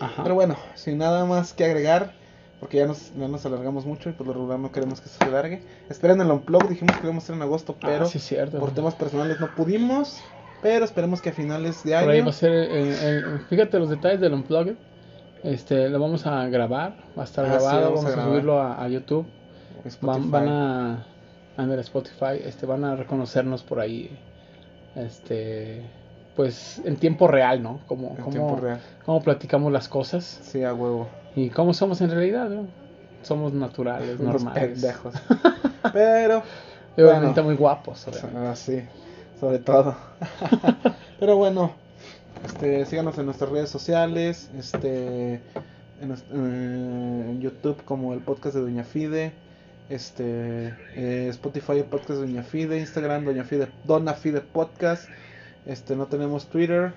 Speaker 2: Ajá.
Speaker 1: pero bueno, sin nada más que agregar, porque ya nos, ya nos alargamos mucho y por lo regular no queremos que se alargue. Esperen el Unplug, dijimos que lo íbamos a hacer en agosto,
Speaker 2: Ah,
Speaker 1: pero
Speaker 2: sí, es cierto.
Speaker 1: por
Speaker 2: güey.
Speaker 1: temas personales no pudimos, pero esperemos que a finales de
Speaker 2: Por ahí
Speaker 1: año.
Speaker 2: va a ser. eh, eh, fíjate los detalles del Unplugged. Este, lo vamos a grabar. Va a estar
Speaker 1: Ah, sí,
Speaker 2: grabado.
Speaker 1: vamos
Speaker 2: vamos,
Speaker 1: a
Speaker 2: a,
Speaker 1: grabar.
Speaker 2: subirlo a, a YouTube.
Speaker 1: Spotify.
Speaker 2: Van, van a. Van a Spotify. Este, van a reconocernos por ahí. Este. Pues en tiempo real, ¿no? Como,
Speaker 1: En
Speaker 2: como-
Speaker 1: tiempo real.
Speaker 2: Cómo platicamos las cosas.
Speaker 1: Sí, a huevo.
Speaker 2: ¿Y cómo somos en realidad? no? Somos naturales,
Speaker 1: Unos
Speaker 2: normales.
Speaker 1: pendejos. Pero,
Speaker 2: Y obviamente
Speaker 1: Bueno.
Speaker 2: muy guapos. obviamente.
Speaker 1: ah, sí, sobre todo. Pero bueno, este, síganos en nuestras redes sociales, este, en, nos- eh, en YouTube como el podcast de Doña Fide, este, eh, Spotify el podcast de Doña Fide, Instagram Doña Fide, Dona Fide Podcast, este, no tenemos Twitter,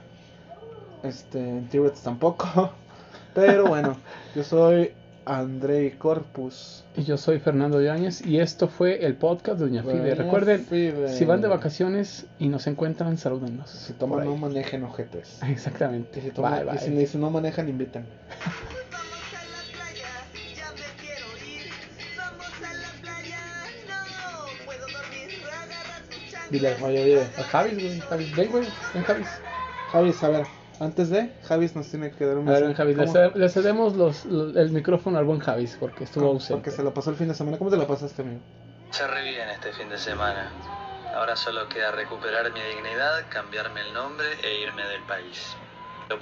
Speaker 1: Este, en T-Rex tampoco. Pero bueno, yo soy Andrei Corpus.
Speaker 2: Y yo soy Fernando Yáñez y esto fue el podcast de Doña Fide.
Speaker 1: Doña
Speaker 2: Recuerden,
Speaker 1: Fide.
Speaker 2: si van de vacaciones y nos encuentran, salúdenos.
Speaker 1: Si
Speaker 2: por
Speaker 1: toman,
Speaker 2: ahí.
Speaker 1: no manejen ojetes.
Speaker 2: Exactamente.
Speaker 1: Y si, toman-
Speaker 2: Bye,
Speaker 1: y si-
Speaker 2: bye.
Speaker 1: y si no manejan, invitan.
Speaker 3: Vamos a la playa, ya me quiero ir. Vamos a la playa, no puedo dormir. Agarra tu chancla.
Speaker 1: Dile, oye, dile.
Speaker 2: A Javis, güey. Javis, ven, güey. Ven, Javis.
Speaker 1: Javis, a ver, antes de, Javis nos tiene que dar un
Speaker 2: A ver, ven,
Speaker 1: mensaje.
Speaker 2: Javis. Le,
Speaker 1: ¿Cómo?
Speaker 2: cede- le cedemos los, lo- el micrófono al buen Javis porque estuvo
Speaker 1: ¿Cómo?
Speaker 2: ausente.
Speaker 1: Porque se la pasó el fin de semana. ¿Cómo te la pasaste, amigo?
Speaker 4: Se re bien este fin de semana. Ahora solo queda recuperar mi dignidad, cambiarme el nombre e irme del país.